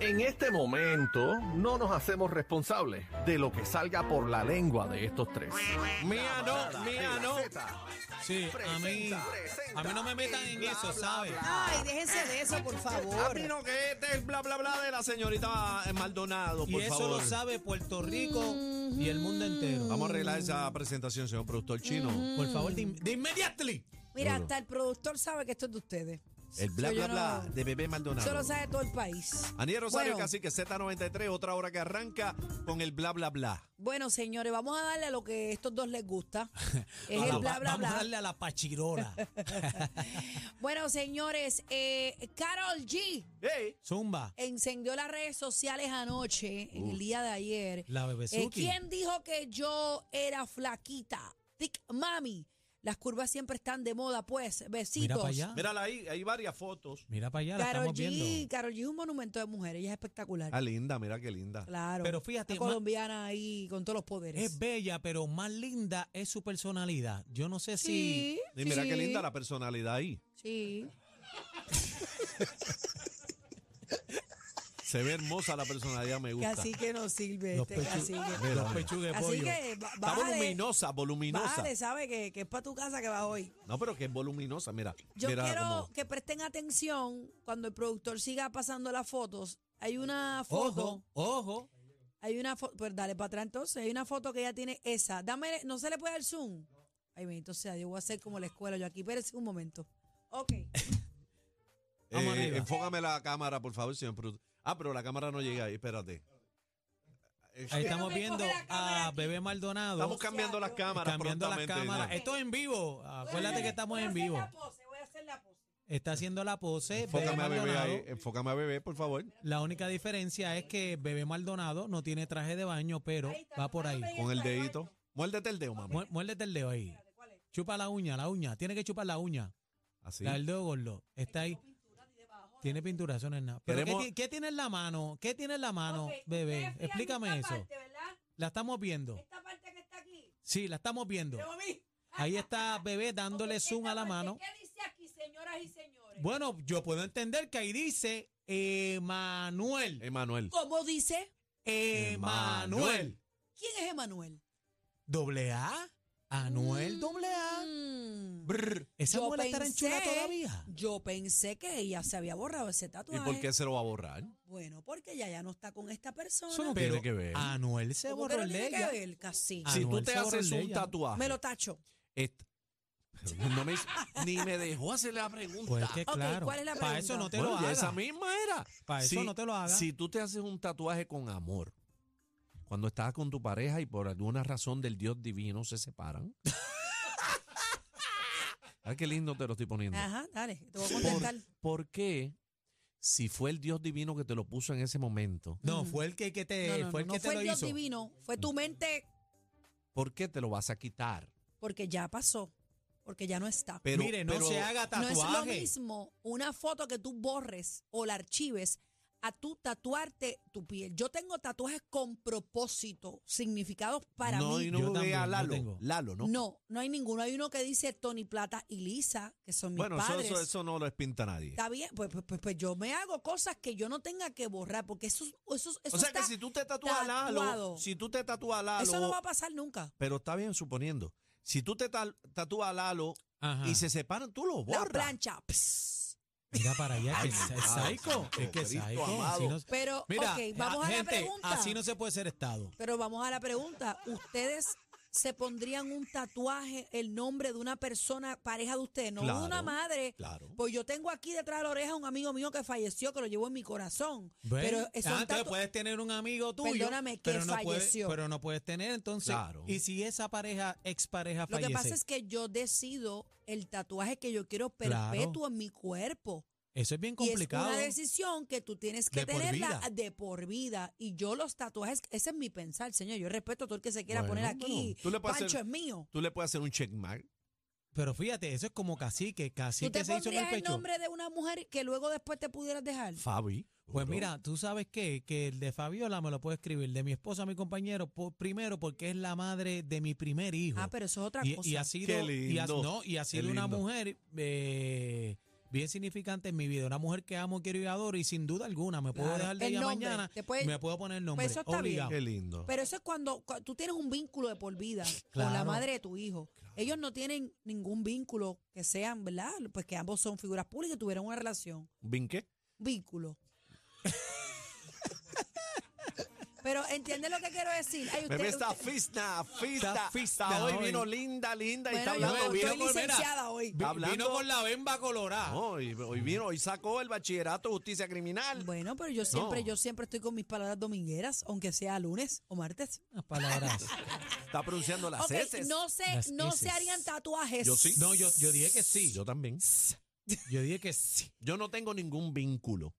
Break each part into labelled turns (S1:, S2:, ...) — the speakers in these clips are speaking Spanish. S1: En este momento no nos hacemos responsables de lo que salga por la lengua de estos tres.
S2: Mía no, mía no. Sí, a mí,
S1: Presenta, presenta
S2: a mí no me metan
S1: el
S2: en
S1: bla,
S2: eso,
S1: bla,
S2: ¿sabes?
S1: bla.
S3: Ay, déjense de eso, por favor.
S4: Sino que este es el bla bla bla de la señorita Maldonado,
S2: Y
S4: por
S2: eso
S4: favor.
S2: lo sabe Puerto Rico y el mundo entero.
S4: Vamos a arreglar esa presentación, señor productor chino.
S3: Mm.
S2: Por favor, de, inmediato.
S3: Mira, hasta el productor sabe que esto es de ustedes.
S4: El bla
S3: So, yo
S4: bla bla
S3: no-
S4: de Bebé Maldonado.
S3: Eso lo sabe todo el país.
S4: Aniel Rosario,
S3: Bueno.
S4: casi que Z93, otra hora que arranca con el bla bla bla.
S3: Bueno, señores, vamos a darle a lo que a estos dos les gusta. Es
S2: A la
S3: el
S2: pa-
S3: bla, bla,
S2: vamos a
S3: bla.
S2: darle a la pachirora.
S3: Bueno, señores, eh, Carol G
S4: ¡Ey!
S2: Zumba.
S3: encendió las redes sociales anoche, en el día de ayer.
S2: La
S3: Eh,
S2: bebezuki.
S3: ¿Quién dijo que yo era flaquita? Tic Mami. Las curvas siempre están de moda, pues. Besitos.
S2: Mira para allá.
S4: Mírala ahí, hay varias fotos.
S2: Mira para allá, la
S3: Karol
S2: estamos
S3: G,
S2: viendo.
S3: Karol G es un monumento de mujeres, ella es espectacular.
S4: Ah, linda, mira qué linda.
S3: Claro.
S2: Pero fíjate,
S3: Una
S2: ma-
S3: colombiana ahí con todos los poderes.
S2: Es bella, pero más linda es su personalidad. Yo no sé si...
S3: sí.
S4: Y mira
S3: sí,
S4: qué linda la personalidad ahí.
S3: Sí.
S4: Se ve hermosa la personalidad, me gusta.
S3: Casi que no sirve
S2: Los,
S3: este
S2: pechu-
S3: cacique.
S2: los
S4: Mira.
S2: pechugos de
S3: Así
S2: pollo.
S3: que ba-
S4: Está
S3: bájale,
S4: voluminosa, voluminosa.
S3: bájale, sabe que, que es para tu casa que va hoy.
S4: No, pero que es voluminosa, mira.
S3: Yo
S4: mira
S3: quiero
S4: cómo-
S3: que presten atención cuando el productor siga pasando las fotos. Hay una foto,
S2: Ojo, ojo.
S3: hay una foto, pues dale para atrás entonces, hay una foto que ella tiene esa. Dame, no se le puede dar zoom. Ay, bendito sea, yo voy a hacer como la escuela yo aquí, espérense un momento. Ok.
S2: Vamos
S4: Eh,
S2: arriba.
S4: enfócame la cámara, por favor, señor produ- Ah, pero la cámara no llega ahí, espérate.
S2: Ahí
S3: Pero
S2: estamos
S3: me
S2: viendo
S3: coge la cámara
S2: a
S3: aquí.
S2: Bebé Maldonado.
S4: Estamos cambiando las cámaras
S2: cambiando las
S4: prontamente.
S2: cámaras.
S4: ¿no?
S2: Esto es en vivo. Acuérdate que estamos en vivo. Está haciendo la pose. Bebé
S4: Enfócame a bebé
S2: Maldonado.
S4: ahí, enfócame a bebé, por favor.
S2: La única diferencia es que Bebé Maldonado no tiene traje de baño, pero va por ahí.
S4: Con el dedito. Muérdete el dedo, mami.
S2: Mué- Muérdete el dedo ahí. Chupa la uña, la uña. Tiene que chupar la uña.
S4: Así.
S2: La del dedo gordo. Está ahí. Tiene pintura, eso no es nada. Pero ¿qué,
S4: Queremos-
S2: ti- qué tiene en la mano? ¿Qué tiene en la mano, bebé? Explícame eso. La estamos viendo.
S3: Esta parte que está aquí.
S2: Sí, la estamos viendo. Ahí está bebé dándole zoom a la mano.
S3: ¿Qué dice aquí, señoras y señores?
S2: Bueno, yo puedo entender que ahí dice Emanuel.
S4: Emanuel.
S3: ¿Cómo dice?
S2: Emanuel.
S3: ¿Quién es Emanuel?
S2: Doble A. Anuel doble A.
S3: Mm,
S2: Brr. Esa
S3: Yo
S2: muela estará en chula
S3: pensé-
S2: todavía.
S3: Yo pensé que ella se había borrado ese
S4: ¿Y
S3: tatuaje.
S4: por qué se lo va a borrar?
S3: Bueno, porque ella ya no está con esta persona.
S2: Eso no
S4: tiene
S2: pero
S4: que ver.
S2: Anuel se
S3: ¿Cómo
S2: borró
S3: que no
S2: el de
S3: tiene
S2: ella.
S3: que ver, casi.
S2: Ah,
S4: si tú
S2: Anuel
S4: te
S2: se borró
S4: haces
S2: el de
S4: un
S2: ella.
S4: tatuaje.
S3: Me lo tacho.
S4: est- Pero no me hizo- ni me dejó hacerle la pregunta.
S2: Pues que
S3: Ok,
S2: claro.
S3: ¿cuál es la
S2: Para
S3: pregunta?
S2: eso no te
S4: Bueno,
S2: lo
S4: ya
S2: hagas.
S4: esa misma era.
S2: Pa' eso no te lo hagas.
S4: Si tú te haces un tatuaje con amor, cuando estás con tu pareja y por alguna razón del Dios divino se separan. ah, qué lindo te lo estoy poniendo.
S3: Ajá, dale, te voy a contestar.
S4: ¿Por, por qué? Si fue el Dios divino que te lo puso en ese momento,
S2: No, fue el que, que te,
S3: Mm. No,
S2: fue
S3: no, no,
S2: el
S3: no
S2: que te
S3: fue el
S2: lo
S3: Dios
S2: hizo.
S3: divino, fue tu mente,
S4: ¿por qué te lo vas a quitar?
S3: porque ya pasó, porque ya no está.
S4: Pero,
S2: Mire, no
S4: pero-
S2: se haga tatuaje.
S3: No es lo mismo una foto que tú borres o la archives a tú tatuarte tu piel. Yo tengo tatuajes con propósito, significados para
S4: no,
S3: mí.
S4: y
S2: Yo
S4: no
S2: también,
S4: vea
S2: yo
S4: Lalo.
S2: tengo.
S4: Lalo, ¿no?
S3: No. no, hay ninguno. Hay uno que dice Tony Plata y Lisa, que son mis
S4: bueno, eso,
S3: padres.
S4: eso, eso no lo pinta nadie.
S3: Está bien, pues, pues, pues, pues yo me hago cosas que yo no tenga que borrar, porque eso, eso, eso
S4: O sea que
S3: está-
S4: si tú te tatúas a Lalo,
S3: tatuado.
S4: si tú te tatúas a Lalo,
S3: eso no va a pasar nunca.
S4: pero está bien suponiendo. Si tú te tal- tatúas a Lalo
S2: Ajá.
S4: y se separan, tú lo
S3: La
S4: borras.
S3: plancha. pss.
S2: Mira para allá, que es
S4: Ay,
S2: psycho. Es que es
S4: Cristo
S2: psycho. Así
S4: amado.
S2: no-
S3: Pero,
S2: Mira,
S3: ok, vamos a, la
S2: gente,
S3: pregunta.
S2: así no se puede ser Estado.
S3: Pero vamos a la pregunta. ¿Ustedes se pondrían un tatuaje, el nombre de una persona, pareja de ustedes, no de una
S4: Claro,
S3: madre?
S4: claro.
S3: Pues yo tengo aquí detrás de la oreja un amigo mío que falleció, que lo llevo en mi corazón.
S2: ¿Ves?
S3: Pero
S2: Ah,
S3: eso es un
S2: entonces
S3: tatu-
S2: puedes tener un amigo tuyo.
S3: Perdóname, que
S2: pero no
S3: falleció.
S2: Puedes, pero no puedes tener, entonces.
S4: Claro.
S2: Y si esa pareja, expareja,
S3: Lo
S2: fallece.
S3: que pasa es que yo decido el tatuaje que yo quiero perpetuo en mi cuerpo.
S2: Eso es bien
S3: Y es
S2: complicado.
S3: una decisión que tú tienes que
S2: De por
S3: tenerla
S2: vida.
S3: de por vida. Y yo los tatuajes, ese es mi pensar, señor. Yo respeto a todo el que se quiera
S4: Bueno,
S3: poner aquí.
S4: bueno, tú le puedes
S3: Pancho
S4: hacer-
S3: es mío.
S4: Tú le puedes hacer un checkmark.
S2: Pero fíjate, eso es como cacique.
S3: ¿Tú
S2: Cacique
S3: te
S2: se hizo en el
S3: pondrías el
S2: pecho.
S3: nombre de una mujer que luego después te pudieras dejar?
S4: Fabi.
S2: Pues
S4: Duro.
S2: mira, tú sabes qué, que el de Fabiola me lo puedo escribir, de mi esposa, mi compañero, po- primero porque es la madre de mi primer hijo.
S3: Ah, pero eso es otra
S2: y,
S3: cosa.
S2: y ha sido,
S4: Qué
S2: y ha-
S4: lindo,
S2: no, y ha
S4: qué
S2: sido una
S4: lindo.
S2: mujer eh, bien significante en mi vida. Una mujer que amo, quiero y adoro y sin duda alguna me puedo
S3: Claro,
S2: dejar de
S3: el
S2: ella
S3: nombre,
S2: mañana.
S3: te puede- pues
S2: me puedo poner el nombre.
S3: eso está bien.
S2: obligado.
S4: Qué lindo.
S3: Pero eso es cuando, cua- tú tienes un vínculo de por vida con la
S2: Claro.
S3: madre de tu hijo.
S4: Claro.
S3: Ellos no tienen ningún vínculo que sean, ¿verdad? Pues que ambos son figuras públicas y tuvieron una relación.
S4: ¿Vin qué?
S3: Vínculo. Pero entiende lo que quiero decir. Ay, usted-
S4: Bebé está
S3: usted-
S4: fista, fista.
S2: Está fista
S4: Está hoy
S2: hoy.
S4: vino linda, linda y
S3: Bueno,
S4: está
S3: yo
S4: hablando
S3: estoy
S4: bien.
S2: vino con-
S3: licenciada hoy.
S4: Está hablando-
S2: la bemba colorada.
S4: No, hoy, hoy vino, hoy sacó el bachillerato de justicia criminal.
S3: Bueno, pero yo siempre,
S4: No.
S3: yo siempre estoy con mis palabras domingueras, aunque sea lunes o martes.
S2: Unas palabras.
S4: Está pronunciando las
S3: Ok,
S4: heces.
S3: no se,
S2: Las
S3: no se
S2: heces.
S3: harían tatuajes.
S4: Yo sí.
S2: No, yo, yo dije que sí.
S4: Yo también.
S2: Yo dije que sí.
S4: Yo no tengo ningún vínculo,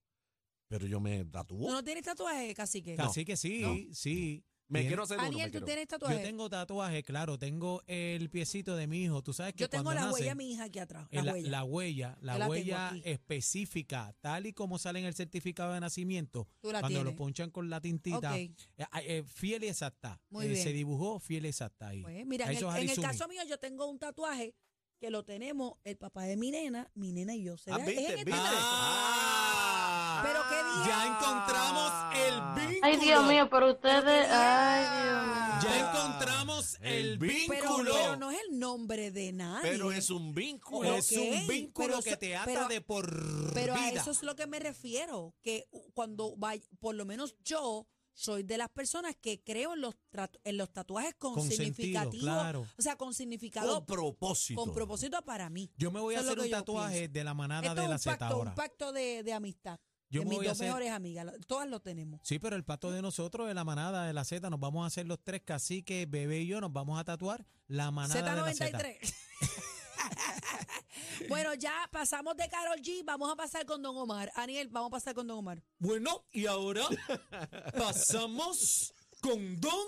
S4: pero yo me
S3: ¿Tú
S4: tatúo.
S2: Uh.
S3: no tienes tatuajes, cacique?
S2: Así que sí,
S4: No.
S2: sí.
S4: me
S2: Bien.
S4: quiero hacer uno. me
S3: Daniel, ¿tú
S4: quiero.
S3: tienes
S2: Yo
S3: tatuajes?
S2: tengo tatuaje, claro. Tengo el piecito de mi hijo. Tú sabes que
S3: Yo tengo
S2: cuando
S3: la
S2: nace,
S3: huella de mi hija aquí atrás. La,
S2: Eh,
S3: huella.
S2: La huella, la
S3: Yo la tengo
S2: huella
S3: aquí.
S2: específica, tal y como sale en el certificado de nacimiento,
S3: Tú la
S2: cuando lo
S3: tienes.
S2: ponchan con la tintita,
S3: Ok.
S2: eh, ah, eh, fiel y exacta.
S3: Muy
S2: Eh,
S3: bien.
S2: Se dibujó fiel y exacta ahí.
S3: Pues, mira, en
S2: Eso es
S3: el, en el
S2: Arizumi.
S3: caso mío, yo tengo un tatuaje que lo tenemos el papá de mi nena, mi nena y yo. ¿Se
S4: Ah,
S3: ve?
S4: ¿viste?
S3: Es en el
S4: ¿Viste?
S3: tatuaje.
S4: Ah.
S3: Pero qué bien.
S2: Ya encontramos el vínculo.
S5: Ay, Dios mío, pero ustedes. Ay, Dios mío.
S4: Ah.
S2: Ya encontramos el
S3: Pero,
S2: vínculo.
S3: pero no es el nombre de nadie.
S4: Pero es un vínculo.
S3: Ok,
S2: es un vínculo
S3: pero
S2: que
S3: eso-
S2: te ata
S3: pero-
S2: de por
S3: Pero a
S2: vida.
S3: eso es lo que me refiero, que u- cuando vaya, por lo menos yo soy de las personas que creo en los, trat- en los tatuajes con,
S2: Con sentido,
S3: significativo,
S2: claro.
S3: o sea, con
S4: Con
S3: significado,
S4: propósito.
S3: con propósito para mí.
S2: yo me voy a
S3: eso es
S2: hacer
S3: lo
S2: un
S3: que yo
S2: tatuaje de la manada
S3: Esto
S2: de
S3: es
S2: la
S3: un
S2: Z
S3: pacto,
S2: ahora.
S3: un pacto de, de amistad.
S2: Yo
S3: de
S2: me
S3: mis
S2: voy a
S3: dos
S2: hacer-
S3: mejores amigas, lo- todas lo tenemos.
S2: Sí, pero el pato de nosotros, de la manada de la Z, nos vamos a hacer los tres caciques, bebé y yo, nos vamos a tatuar la manada de la Z.
S3: Z93. bueno, ya pasamos de Carol G, vamos a pasar con Don Omar. Aniel, vamos a pasar con Don Omar.
S2: Bueno, y ahora pasamos con Don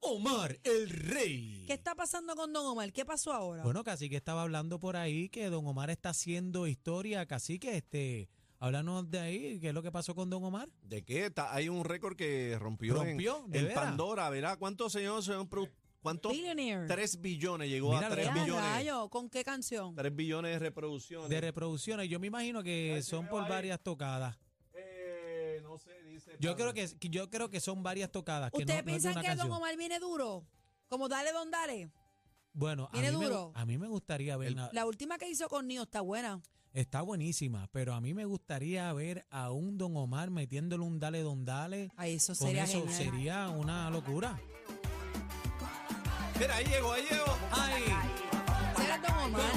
S2: Omar, el rey.
S3: ¿Qué está pasando con Don Omar? ¿Qué pasó ahora?
S2: Bueno, Cacique estaba hablando por ahí que Don Omar está haciendo historia. Cacique, este, háblanos de ahí, ¿qué es lo que pasó con Don Omar?
S4: ¿De qué? Está- hay un récord que rompió,
S2: Rompió,
S4: en,
S2: de
S4: en
S2: veras.
S4: Pandora, ¿verdad? ¿Cuántos señores se han produ- ¿Cuántos?
S3: Billionaire.
S4: 3 billones, llegó
S2: Míralo,
S4: a 3
S2: ya.
S3: Ya,
S4: billones.
S3: rayo, ¿Con qué canción?
S4: 3 billones de reproducciones.
S2: De reproducciones, yo me imagino que son por varias tocadas.
S4: Eh, no sé, dice.
S2: Yo
S4: Pablo.
S2: creo que, que yo creo que son varias tocadas. Que no-
S3: ¿Ustedes
S2: no es de
S3: piensan
S2: una
S3: que
S2: canción.
S3: Don Omar viene duro? Como Dale Don Dale.
S2: Bueno, a mí,
S3: viene
S2: me,
S3: duro?
S2: a mí me gustaría ver.
S4: El-
S2: una-
S3: La última que hizo con Nio está buena.
S2: Está buenísima, pero a mí me gustaría ver a un Don Omar metiéndole un dale don dale.
S3: Ay, eso
S2: Con
S3: sería
S2: eso
S3: genial.
S2: sería una locura.
S4: Mira, ahí llegó, ahí llegó.
S2: Ay,
S3: Será Don Omar.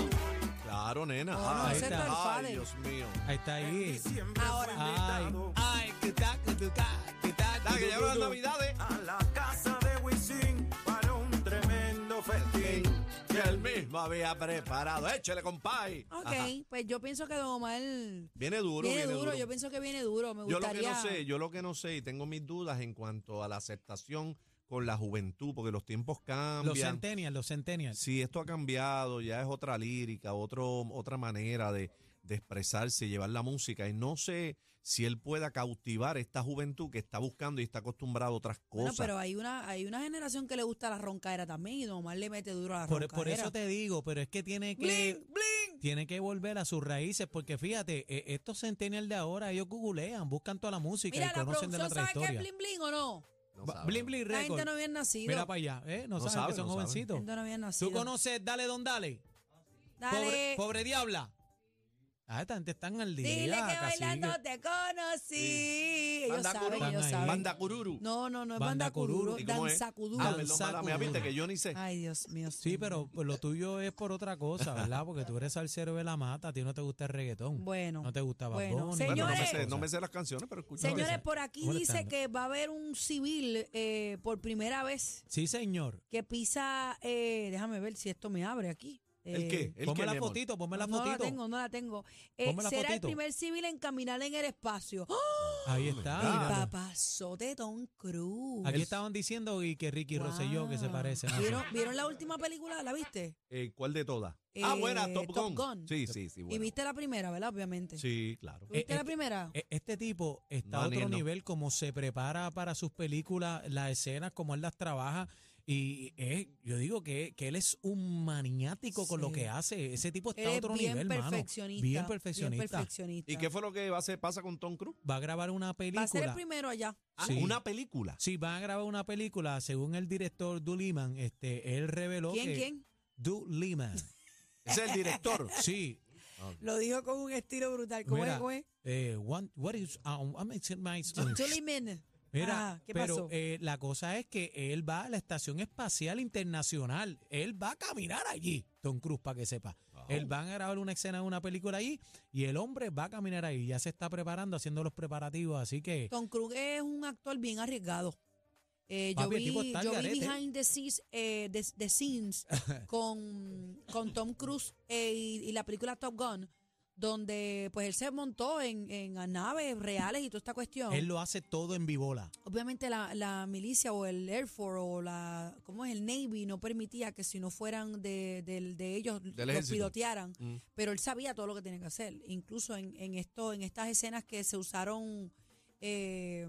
S4: Claro, nena.
S3: Oh, No, no,
S4: Ay,
S2: ese es
S4: ay,
S3: tu alfade.
S4: Dios mío.
S2: ahí está ahí.
S3: Ahora.
S2: Ay, ay, que ta, que tu ta, que ta,
S4: Dale, que
S2: tu, tu,
S4: llegaron las
S2: tu.
S4: navidades.
S6: A la casa de Wisin para un tremendo festín.
S4: Que él mismo había preparado. Échale, compay.
S3: Ok,
S4: Ajá.
S3: pues yo pienso que Don Omar viene
S4: Viene duro,
S3: duro.
S4: viene, duro.
S3: Yo pienso que viene duro. Me
S4: Yo lo que
S3: gustaría.
S4: no sé, yo lo que no sé y tengo mis dudas en cuanto a la aceptación con la juventud, porque los tiempos
S2: Los
S4: cambian.
S2: centennials, los centennials.
S4: Si esto ha cambiado, ya es otra lírica, otro, otra manera de, de expresarse, llevar la música. Y no sé si él pueda cautivar esta juventud que está buscando y está acostumbrada a otras
S3: Bueno,
S4: cosas.
S3: pero hay una, hay una generación que le gusta la roncaera también y Don Omar le mete duro a la
S2: Por,
S3: roncaera.
S2: por eso te digo, pero es que tiene que
S3: ¡Bling, bling!
S2: tiene que volver a sus raíces, porque fíjate, eh, estos centennials de ahora, ellos googlean, buscan toda la música
S3: Mira,
S2: y
S3: la
S2: conocen de la
S3: producción sabe qué es
S2: trayectola.
S3: bling bling o no.
S4: No
S2: Ba-
S4: sabe,
S2: Bling
S4: no.
S2: Bling
S3: La gente
S2: Record.
S3: no había nacido.
S2: Mira para allá, ¿eh?
S4: No
S2: No, saben
S4: sabe,
S2: que son
S4: no sabe.
S3: la
S2: jovencitos.
S3: gente no había nacido.
S2: ¿Tú conoces Dale Don Dale?
S3: Dale.
S2: Pobre, pobre diabla. Ah, esta gente están al día.
S3: Dile que
S2: cacique.
S3: bailando te conocí. Ellos
S4: Banda
S3: saben,
S4: Cururu.
S3: ellos
S2: Están ahí.
S3: saben.
S4: Banda Cururu.
S3: No, no, no es
S2: Banda
S3: banda cururo,
S2: cururu.
S4: ¿Y cómo es?
S3: danza cururu.
S4: Ah, perdón,
S2: Danza
S4: mala mía,
S2: Cururu.
S4: viste que yo ni sé.
S3: Ay, Dios mío.
S2: Ah, Sí,
S3: señor.
S2: pero pues, lo tuyo es por otra cosa, ¿verdad? Porque tú eres salsero de la mata, a ti no te gusta el reggaetón.
S3: Bueno.
S2: No te gusta Bad
S3: Bueno,
S2: Bunny,
S4: Bueno, no, me
S3: Señores.
S4: sé, no me sé las canciones, pero escucho.
S3: Señores, por aquí dice
S2: Molestando.
S3: que va a haber un civil eh, por primera vez
S2: Sí, señor.
S3: que pisa. eh, déjame ver si esto me abre aquí.
S4: ¿El
S3: Eh,
S4: qué? ¿El
S2: Ponme
S4: qué,
S2: la
S4: mi amor?
S2: fotito, ponme la
S3: No la
S2: fotito.
S3: tengo, no la tengo. Eh,
S2: Ponme la
S3: será el
S2: fotito.
S3: primer civil en caminar en el espacio. ¡Oh!
S2: Ahí está.
S4: Ah,
S3: El
S2: míralo.
S3: papazote de Tom Cruise.
S2: Aquí estaban diciendo y que Ricky
S3: Wow.
S2: Rosselló que se parece. no sé.
S3: ¿Vieron, vieron la última película? ¿La viste?
S4: Eh, ¿Cuál de todas? ah,
S3: Eh,
S4: buena, Top, Gun.
S3: Top Gun.
S4: Sí, sí, sí.
S3: Y
S4: buena.
S3: viste la primera, ¿verdad? Obviamente.
S4: Sí, claro.
S2: Eh,
S3: ¿Viste la
S2: eh,
S3: primera?
S2: E- Este tipo está
S4: No,
S2: a otro
S4: Daniel, no.
S2: nivel, como se prepara para sus películas, las escenas, como él las trabaja. Y es- yo digo que, que él es un maniático con lo
S3: Sí.
S2: que hace. Ese tipo está
S3: Él
S2: a
S3: es
S2: otro
S3: bien
S2: nivel, mano.
S3: perfeccionista.
S2: Bien perfeccionista.
S3: bien perfeccionista.
S4: ¿Y qué fue lo que va a hacer- pasa con Tom Cruise?
S2: Va a grabar una película.
S3: Va a ser el primero allá.
S4: Ah,
S2: Sí.
S4: Una película.
S2: Sí, van a grabar una película, según el director Du Liman, este, él reveló
S3: ¿Quién,
S2: que
S3: quién?
S2: Du Liman.
S4: Ese es el director.
S2: Sí.
S3: Lo dijo con un estilo brutal.
S2: ¿Cómo es, Mira, cómo eh, one- what is, um, I'm mixing my-
S3: Julie Mene.
S2: Mira,
S3: Ajá, Ah, ¿qué
S2: pero
S3: pasó?
S2: eh, la cosa es que él va a la Estación Espacial Internacional. Él va a caminar allí, Tom Cruise, para que sepa. Él va a grabar una escena de una película allí y el hombre va a caminar ahí. Ya se está preparando, haciendo los preparativos, así que...
S3: Tom Cruise es un actor bien arriesgado. Eh, yo
S2: Papi, el
S3: vi,
S2: tipo está al
S3: yo vi
S2: garete.
S3: Behind the Scenes, eh, the, the scenes con, con Tom Cruise eh, y, y la película Top Gun, donde pues él se montó en, en naves reales y toda esta cuestión.
S2: Él lo hace todo en vivola.
S3: Obviamente la, la milicia o el Air Force o la, ¿cómo es? El Navy no permitía que si no fueran de, del- de ellos los
S4: ejército.
S3: pilotearan,
S4: Mm.
S3: pero él sabía todo lo que tenía que hacer. Incluso en, en esto, en estas escenas que se usaron, eh,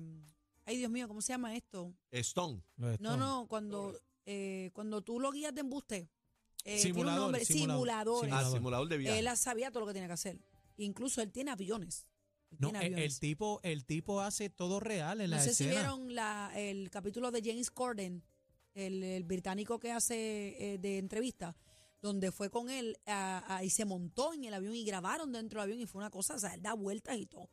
S3: ay Dios mío, ¿cómo se llama esto?
S4: Stone.
S3: No, no, cuando, eh, cuando tú lo guías de embuste, eh, tiene un
S2: Simulador,
S3: nombre,
S2: simulador.
S3: simuladores.
S4: Ah,
S2: Simulador.
S4: simulador de viaje.
S3: Él sabía todo lo que tenía que hacer. Incluso él tiene aviones. Él
S2: No, eh,
S3: tiene
S2: el,
S3: aviones.
S2: el tipo, el tipo hace todo real en
S3: No
S2: la
S3: sé si
S2: escena.
S3: vieron la- el capítulo de James Corden, el, el británico que hace eh, de entrevista, donde fue con él a- a- y se montó en el avión y grabaron dentro del avión y fue una cosa, o sea, él da vueltas y todo.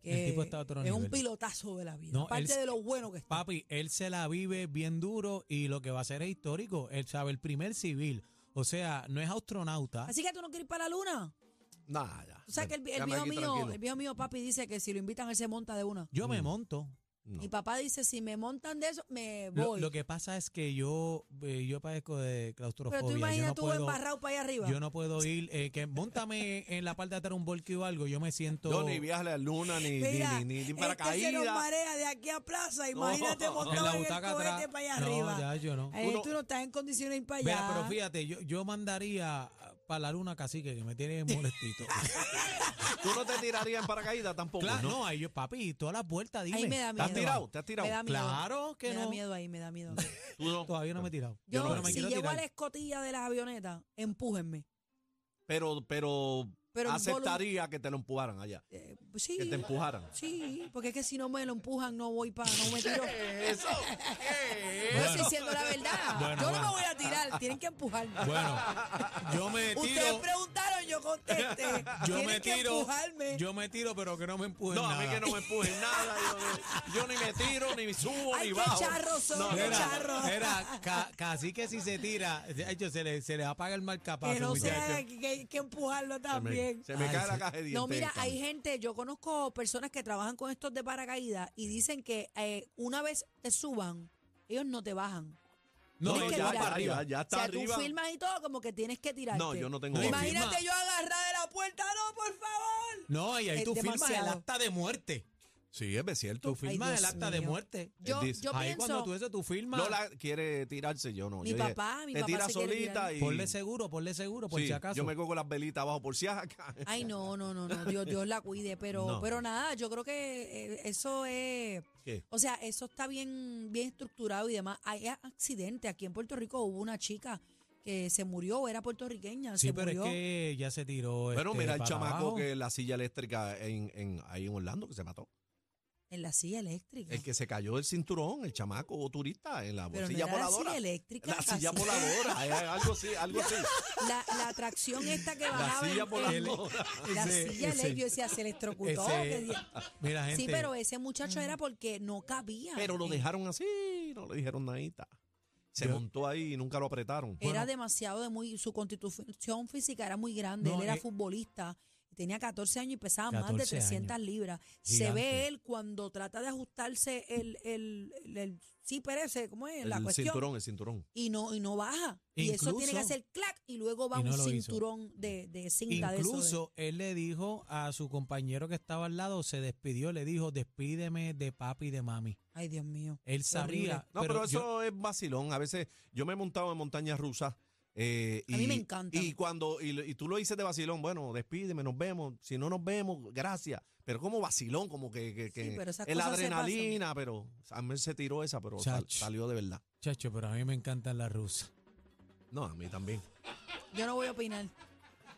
S3: Que
S2: El tipo está a otro
S3: es un
S2: nivel.
S3: pilotazo de la vida.
S2: No, él
S3: Aparte
S2: se-
S3: de lo bueno que está.
S2: Papi, él se la vive bien duro y lo que va a hacer es histórico. Él sabe, el primer civil. O sea, no es astronauta.
S3: Así que tú no quieres ir para la luna.
S4: Nada.
S3: Tú sabes que el, el viejo mío, el viejo mío papi dice que si lo invitan él se monta de una.
S2: Yo me monto.
S3: Mi papá dice, si me montan de eso, me
S2: Lo,
S3: voy.
S2: lo que pasa es que yo, eh, yo padezco de claustrofobia.
S3: Pero tú
S2: yo
S3: imaginas
S2: no
S3: tú
S2: puedo,
S3: embarrado para allá arriba.
S2: yo no puedo ir. eh, que montame en la parte de atrás un volquio o algo. Yo me siento.
S4: No, ni viaje a la luna, ni, ni-
S3: Mira,
S4: ni, ni, ni
S3: este se nos
S4: paracaídas.
S3: marea de aquí a plaza. Imagínate
S4: No,
S2: en
S3: montado
S2: la
S3: en, el
S2: butaca
S3: cohete
S2: atrás.
S3: para allá
S2: No,
S3: arriba.
S2: ya yo no.
S3: Eh,
S4: Uno-
S3: tú no estás en condiciones de ir para allá.
S2: Mira, pero fíjate, yo, yo mandaría para la luna cacique, que me tiene molestito.
S4: Tú no te tirarías en paracaídas tampoco.
S2: claro,
S4: ¿no?
S2: no, ahí yo, papi, todas las vueltas, dime.
S3: ahí me da
S4: ¿Te
S3: miedo.
S4: has tirado? ¿Te has tirado?
S3: Me da miedo.
S2: Claro que
S3: me da
S2: no.
S3: miedo ahí, me da miedo.
S4: Tú no.
S2: Todavía no me he tirado.
S3: Yo,
S4: no
S2: Pero me
S3: si
S2: quiero
S3: llego a
S2: tirar.
S3: la escotilla de las avionetas, empújenme.
S4: Pero, pero,
S3: Pero el
S4: aceptaría que te lo empujaran allá.
S3: Eh, pues sí,
S4: Que te empujaran.
S3: sí, porque es que si no me lo empujan, no voy para, no me tiro.
S4: Eso.
S3: No estoy diciendo la verdad.
S2: Bueno,
S3: yo no
S2: bueno.
S3: me voy a tirar, tienen que empujarme.
S2: Bueno, yo me
S3: Ustedes
S2: tiro.
S3: preguntaron, yo contesté.
S2: Yo
S3: Tienen
S2: me
S3: que
S2: tiro.
S3: empujarme.
S2: Yo me tiro, pero que no me empujen.
S4: No, a mí
S2: nada.
S4: que no me empujen nada. Yo, yo ni me tiro, ni subo,
S3: Ay,
S4: ni
S3: qué
S4: bajo.
S3: charros son,
S4: No,
S3: qué
S4: no, no.
S3: charros.
S2: Era, era ca- casi que si se tira, de hecho, se le, se le apaga el marcapaso,
S3: que no sea
S2: muchachos.
S3: que, que- que empujarlo
S4: Se
S3: también.
S4: me, se me
S2: Ay,
S4: cae
S2: sí.
S4: la caja de dientes.
S3: No, mira, hay
S4: Carmen.
S3: gente, yo conozco personas que trabajan con estos de paracaídas y dicen que eh, una vez te suban, ellos no te bajan.
S2: No,
S3: Tienes que
S4: ya,
S2: ya,
S3: tirar.
S4: para
S2: para arriba.
S4: arriba, ya
S3: o
S4: está
S3: sea,
S4: arriba.
S3: tú filmas y todo, como que tienes que tirarte.
S4: No, yo no tengo
S2: No, y
S3: Imagínate
S2: firma.
S3: yo agarrada de la puerta, no, por favor.
S2: No, y ahí
S3: Es
S2: tú firmas el
S3: demasiado.
S2: acta de muerte.
S4: Sí, es cierto.
S2: Tú firmas
S3: Dios
S2: el acta de
S3: mío.
S2: muerte.
S3: Yo,
S4: dice,
S3: yo
S2: ahí
S3: pienso,
S2: cuando tú eso, tú firmas.
S4: Lola quiere tirarse, yo no.
S3: Mi
S4: Yo
S3: papá, mi
S4: te
S3: papá
S4: tira
S3: se quiere
S4: solita
S3: tirar.
S4: y.
S2: Ponle seguro, ponle seguro, por
S4: Sí,
S2: si acaso.
S4: Yo me cojo las velitas abajo por si acaso.
S3: ay, no, no, no, no, Dios, Dios la cuide, pero,
S4: No.
S3: pero nada, yo creo que eh, eso es...
S4: ¿Qué?
S3: O sea, eso está bien, bien estructurado y demás. Hay accidentes. Aquí en Puerto Rico hubo una chica que se murió, era puertorriqueña,
S2: sí,
S3: se
S2: pero
S3: murió.
S2: es que ya se tiró.
S4: Bueno,
S2: este,
S4: mira el
S2: para
S4: chamaco
S2: abajo.
S4: que la silla eléctrica en, en, ahí en Orlando que se mató.
S3: En la silla eléctrica.
S4: El que se cayó del cinturón, el chamaco turista en la
S3: pero no
S4: silla
S3: era la
S4: voladora.
S3: silla eléctrica.
S4: La silla voladora, eh, algo así, algo así.
S3: La, la atracción esta que
S4: La
S3: bajaba.
S4: silla
S3: en- en-
S4: voladora.
S3: la
S2: Ese-
S3: silla
S2: ese-
S3: eléctrica. Yo decía, se electrocutó.
S2: ese-
S3: que di-
S2: Mira, gente.
S3: sí, pero ese muchacho era porque no cabía.
S4: Pero lo
S3: Eh,
S4: dejaron así, no le dijeron nadita. Se
S2: Yo-
S4: montó ahí y nunca lo apretaron.
S3: Era
S2: bueno.
S3: demasiado de muy. Su constitución física era muy grande.
S2: No,
S3: él era
S2: eh,
S3: futbolista. Tenía 14 años y pesaba más de
S2: 14 años.
S3: 300 libras. Se
S2: Gigante.
S3: ve él cuando trata de ajustarse el, el, el, el zipper ese, ¿cómo es? Eh, la
S4: el
S3: cuestión.
S4: cinturón, el cinturón.
S3: Y no, y no baja. y eso tiene
S2: Incluso-
S3: que hacer clac y luego va
S2: Y no
S3: un
S2: lo hizo.
S3: cinturón de, de cinta de eso de-
S2: Incluso él le dijo a su compañero que estaba al lado, se despidió, le dijo, despídeme de papi y de mami.
S3: Ay, Dios mío.
S4: Eh.
S2: Él sabía.
S4: No, pero,
S2: yo-
S4: eso es vacilón. A veces yo me he montado en montañas rusas Eh,
S3: A mí me encanta.
S4: Y cuando y, lo- y tú lo dices de vacilón, bueno, despídeme, nos vemos. Si no nos vemos, gracias. Pero como vacilón, como que, que, que
S3: Sí, pero esas
S4: el
S3: cosas se
S4: adrenalina, pero Samuel se tiró esa, pero sal-
S2: Chacho.
S4: salió de verdad.
S2: Chacho, pero a mí me encantan las rusas.
S4: No, a mí también.
S3: Yo no voy a opinar.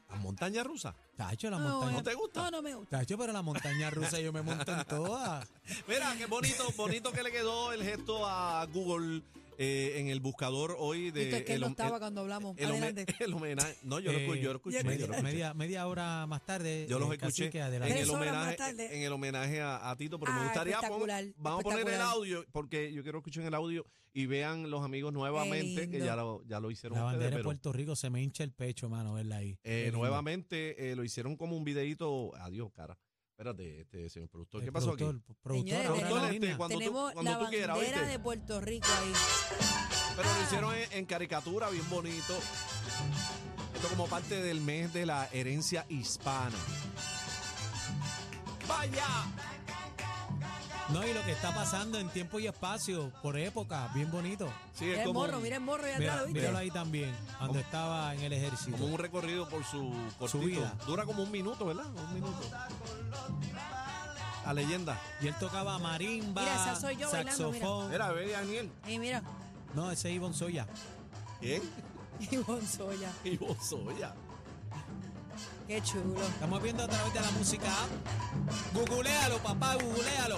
S4: Las montañas rusas.
S2: Chacho,
S4: Ah,
S2: la
S3: No,
S2: montaña.
S4: ¿No te gusta?
S3: No, no me gusta.
S2: Chacho, pero la montaña rusa yo me monto en todas.
S4: Mira, qué bonito, bonito que le quedó el gesto a Google eh, en el buscador hoy de.
S3: Viste que él
S4: el
S3: no
S4: hom-
S3: estaba
S4: el-
S3: cuando hablamos.
S4: el home-
S3: Adelante.
S4: el homenaje. No, yo lo escu-
S2: Eh,
S4: yo lo escuché.
S3: ya-
S4: yo lo
S2: Media,
S4: escuché.
S2: media- media hora más tarde.
S4: Yo los
S2: eh, cacique,
S4: escuché en
S2: adelante.
S4: el,
S3: Tres horas más
S4: homenaje,
S3: tarde.
S4: en el homenaje a, a Tito, pero me
S3: Ah,
S4: gustaría. pon-
S3: espectacular,
S4: vamos a poner el
S3: espectacular.
S4: audio, porque yo quiero escuchar el audio y vean los amigos nuevamente, que
S3: lindo.
S4: ya lo, ya lo hicieron
S2: La bandera
S4: ustedes,
S2: de
S4: pero
S2: Puerto Rico se me hincha el pecho, mano, verla ahí.
S4: eh,
S2: Qué lindo.
S4: nuevamente eh, lo hicieron como un videíto. Adiós, cara. Espérate, este señor productor, ¿qué
S2: El
S4: pasó aquí? este,
S2: productor, Productor,
S3: Señores,
S2: ahora
S3: tenemos-
S2: la línea.
S4: cuando tú-
S3: Tenemos
S4: cuando
S3: la
S4: tú quieras,
S3: bandera
S4: ¿oíste?
S3: de Puerto Rico ahí.
S4: Pero lo hicieron en, en caricatura, bien bonito. Esto como parte del mes de la herencia hispana. ¡Vaya!
S2: No, y lo que está pasando en tiempo y espacio, por época, bien bonito.
S4: Sí, es
S3: Mira el
S4: como,
S3: Eh, morro, mira el morro allá atrás,
S2: Mira,
S3: ¿lo viste?
S2: míralo ahí también, cuando estaba en el ejército.
S4: como un recorrido por su cortito.
S2: vida.
S4: Dura como un minuto, ¿verdad? Un minuto. La leyenda.
S2: Y él tocaba marimba,
S3: Mira, esa soy yo bailando, mira.
S2: saxofón.
S4: Mira, ve, Daniel.
S3: Y mira,
S2: No, ese es Ivonne Soya.
S4: ¿Quién?
S3: y Bonzoya.
S4: Y vos soya.
S3: Qué chulo.
S2: Estamos viendo a través de la música. app. Googlealo, papá, googlealo.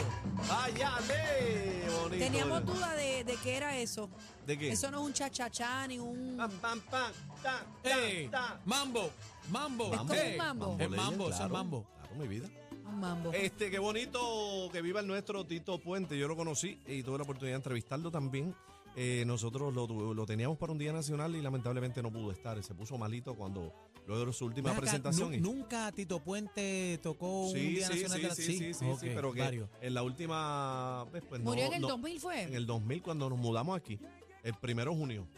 S4: ¡Vaya, le! Bonito.
S3: Teníamos duda de, de qué era eso.
S4: ¿De qué? Ah,
S3: Eso no es un chachachá ni un.
S4: Pam, pam, pam, ta, ta,
S2: ¡Ey!
S4: ta.
S2: Mambo, mambo.
S3: Es como
S2: ey.
S3: un mambo.
S2: Es mambo,
S4: leña,
S2: eso es mambo.
S4: Claro, mi vida.
S3: un mambo.
S4: Este, qué bonito que viva el nuestro Tito Puente. Yo lo conocí y tuve la oportunidad de entrevistarlo también. Eh, nosotros lo, tuve- lo teníamos para un día nacional y lamentablemente no pudo estar. Se puso malito cuando luego de su última
S2: Ven acá,
S4: presentación.
S2: nu-
S4: y-
S2: Nunca Tito Puente tocó un
S4: sí,
S2: día
S4: sí,
S2: nacional
S4: sí,
S2: de la
S4: sí, sí, sí, sí,
S2: ok,
S4: pero que
S2: varios.
S4: en la última vez, pues, no-
S3: Murió en el
S4: no-
S3: 2000 fue.
S4: en el 2000 cuando nos mudamos aquí, el primero de junio.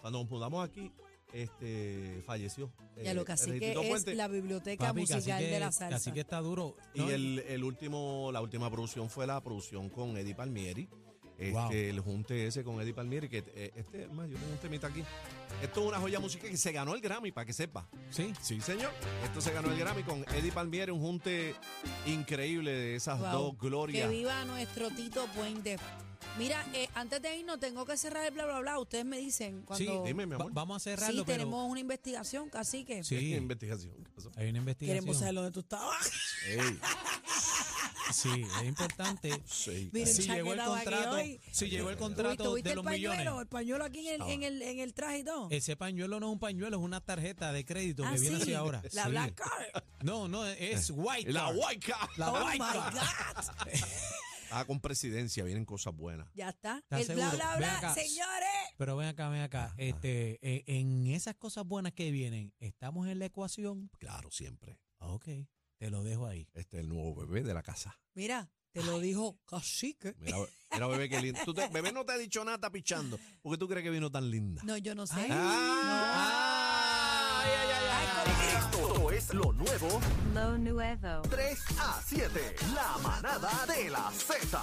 S4: Cuando nos mudamos aquí, este, falleció.
S3: ya
S4: Eh,
S3: lo que así
S4: el
S3: que
S4: Tito
S3: es
S4: Puente.
S3: la biblioteca
S2: Papi,
S3: musical
S2: cacique-
S3: de la salsa.
S2: cacique está duro.
S4: Y
S2: ¿no?
S4: el, el último, la última producción fue la producción con Eddie Palmieri. Este,
S2: Wow.
S4: El junte ese con Eddie Palmieri, que eh, este, más, yo tengo un temita aquí. Esto es una joya musical que se ganó el Grammy, para que sepa.
S2: Sí.
S4: Sí, señor. Esto se ganó el Grammy con Eddie Palmieri, un junte increíble de esas
S3: Wow.
S4: dos
S3: Que
S4: glorias.
S3: viva nuestro Tito Puente. Mira, eh, antes de irnos, tengo que cerrar el bla, bla, bla. Ustedes me dicen
S2: Sí,
S3: cuando.
S4: dime, mi
S2: Va-
S4: amor.
S2: vamos a
S3: Sí,
S2: cerrarlo, pero
S3: tenemos una investigación, casi que.
S2: Sí.
S4: Investigación. ¿Qué pasó?
S2: hay una investigación.
S3: Queremos saber dónde tú estabas.
S4: Ey,
S2: Sí, es importante.
S4: sí.
S3: Mira,
S2: si
S3: Chaqueta
S2: llegó el
S3: estaba aquí
S2: contrato,
S3: hoy.
S2: si llegó el contrato
S3: ¿Tuviste
S2: de
S3: el
S2: los
S3: pañuelo?
S2: millones. Ah.
S3: El pañuelo aquí en el, en el, en el traje y todo.
S2: Ese pañuelo no es un pañuelo, es una tarjeta de crédito que viene
S3: Ah, sí,
S2: así ahora.
S3: La
S2: Sí.
S3: blanca.
S2: No, no, es white.
S4: La
S2: card.
S4: huayca.
S2: La
S3: Oh my
S2: white card.
S3: God.
S4: Ah, con presidencia, vienen cosas buenas.
S3: Ya está.
S2: ¿Estás
S3: El bla,
S2: seguro?
S3: bla,
S2: Ven
S3: bla,
S2: acá.
S3: señores.
S2: Pero ven acá, ven acá. Este, eh, en esas cosas buenas que vienen, estamos en la ecuación.
S4: Claro, siempre.
S2: Ah, Ok, te lo dejo ahí.
S4: Este es el nuevo bebé de la casa.
S3: Mira, te lo dijo Cacique.
S4: Mira, mira, bebé, qué lindo. Tú te- bebé no te ha dicho nada, está pichando. ¿Por qué tú crees que vino tan linda?
S3: No, yo no sé.
S2: Ay.
S4: Ah, ay, ay, ay, ay.
S1: Todo es lo nuevo
S7: Lo nuevo.
S1: 3 a 7. La manada de la Z.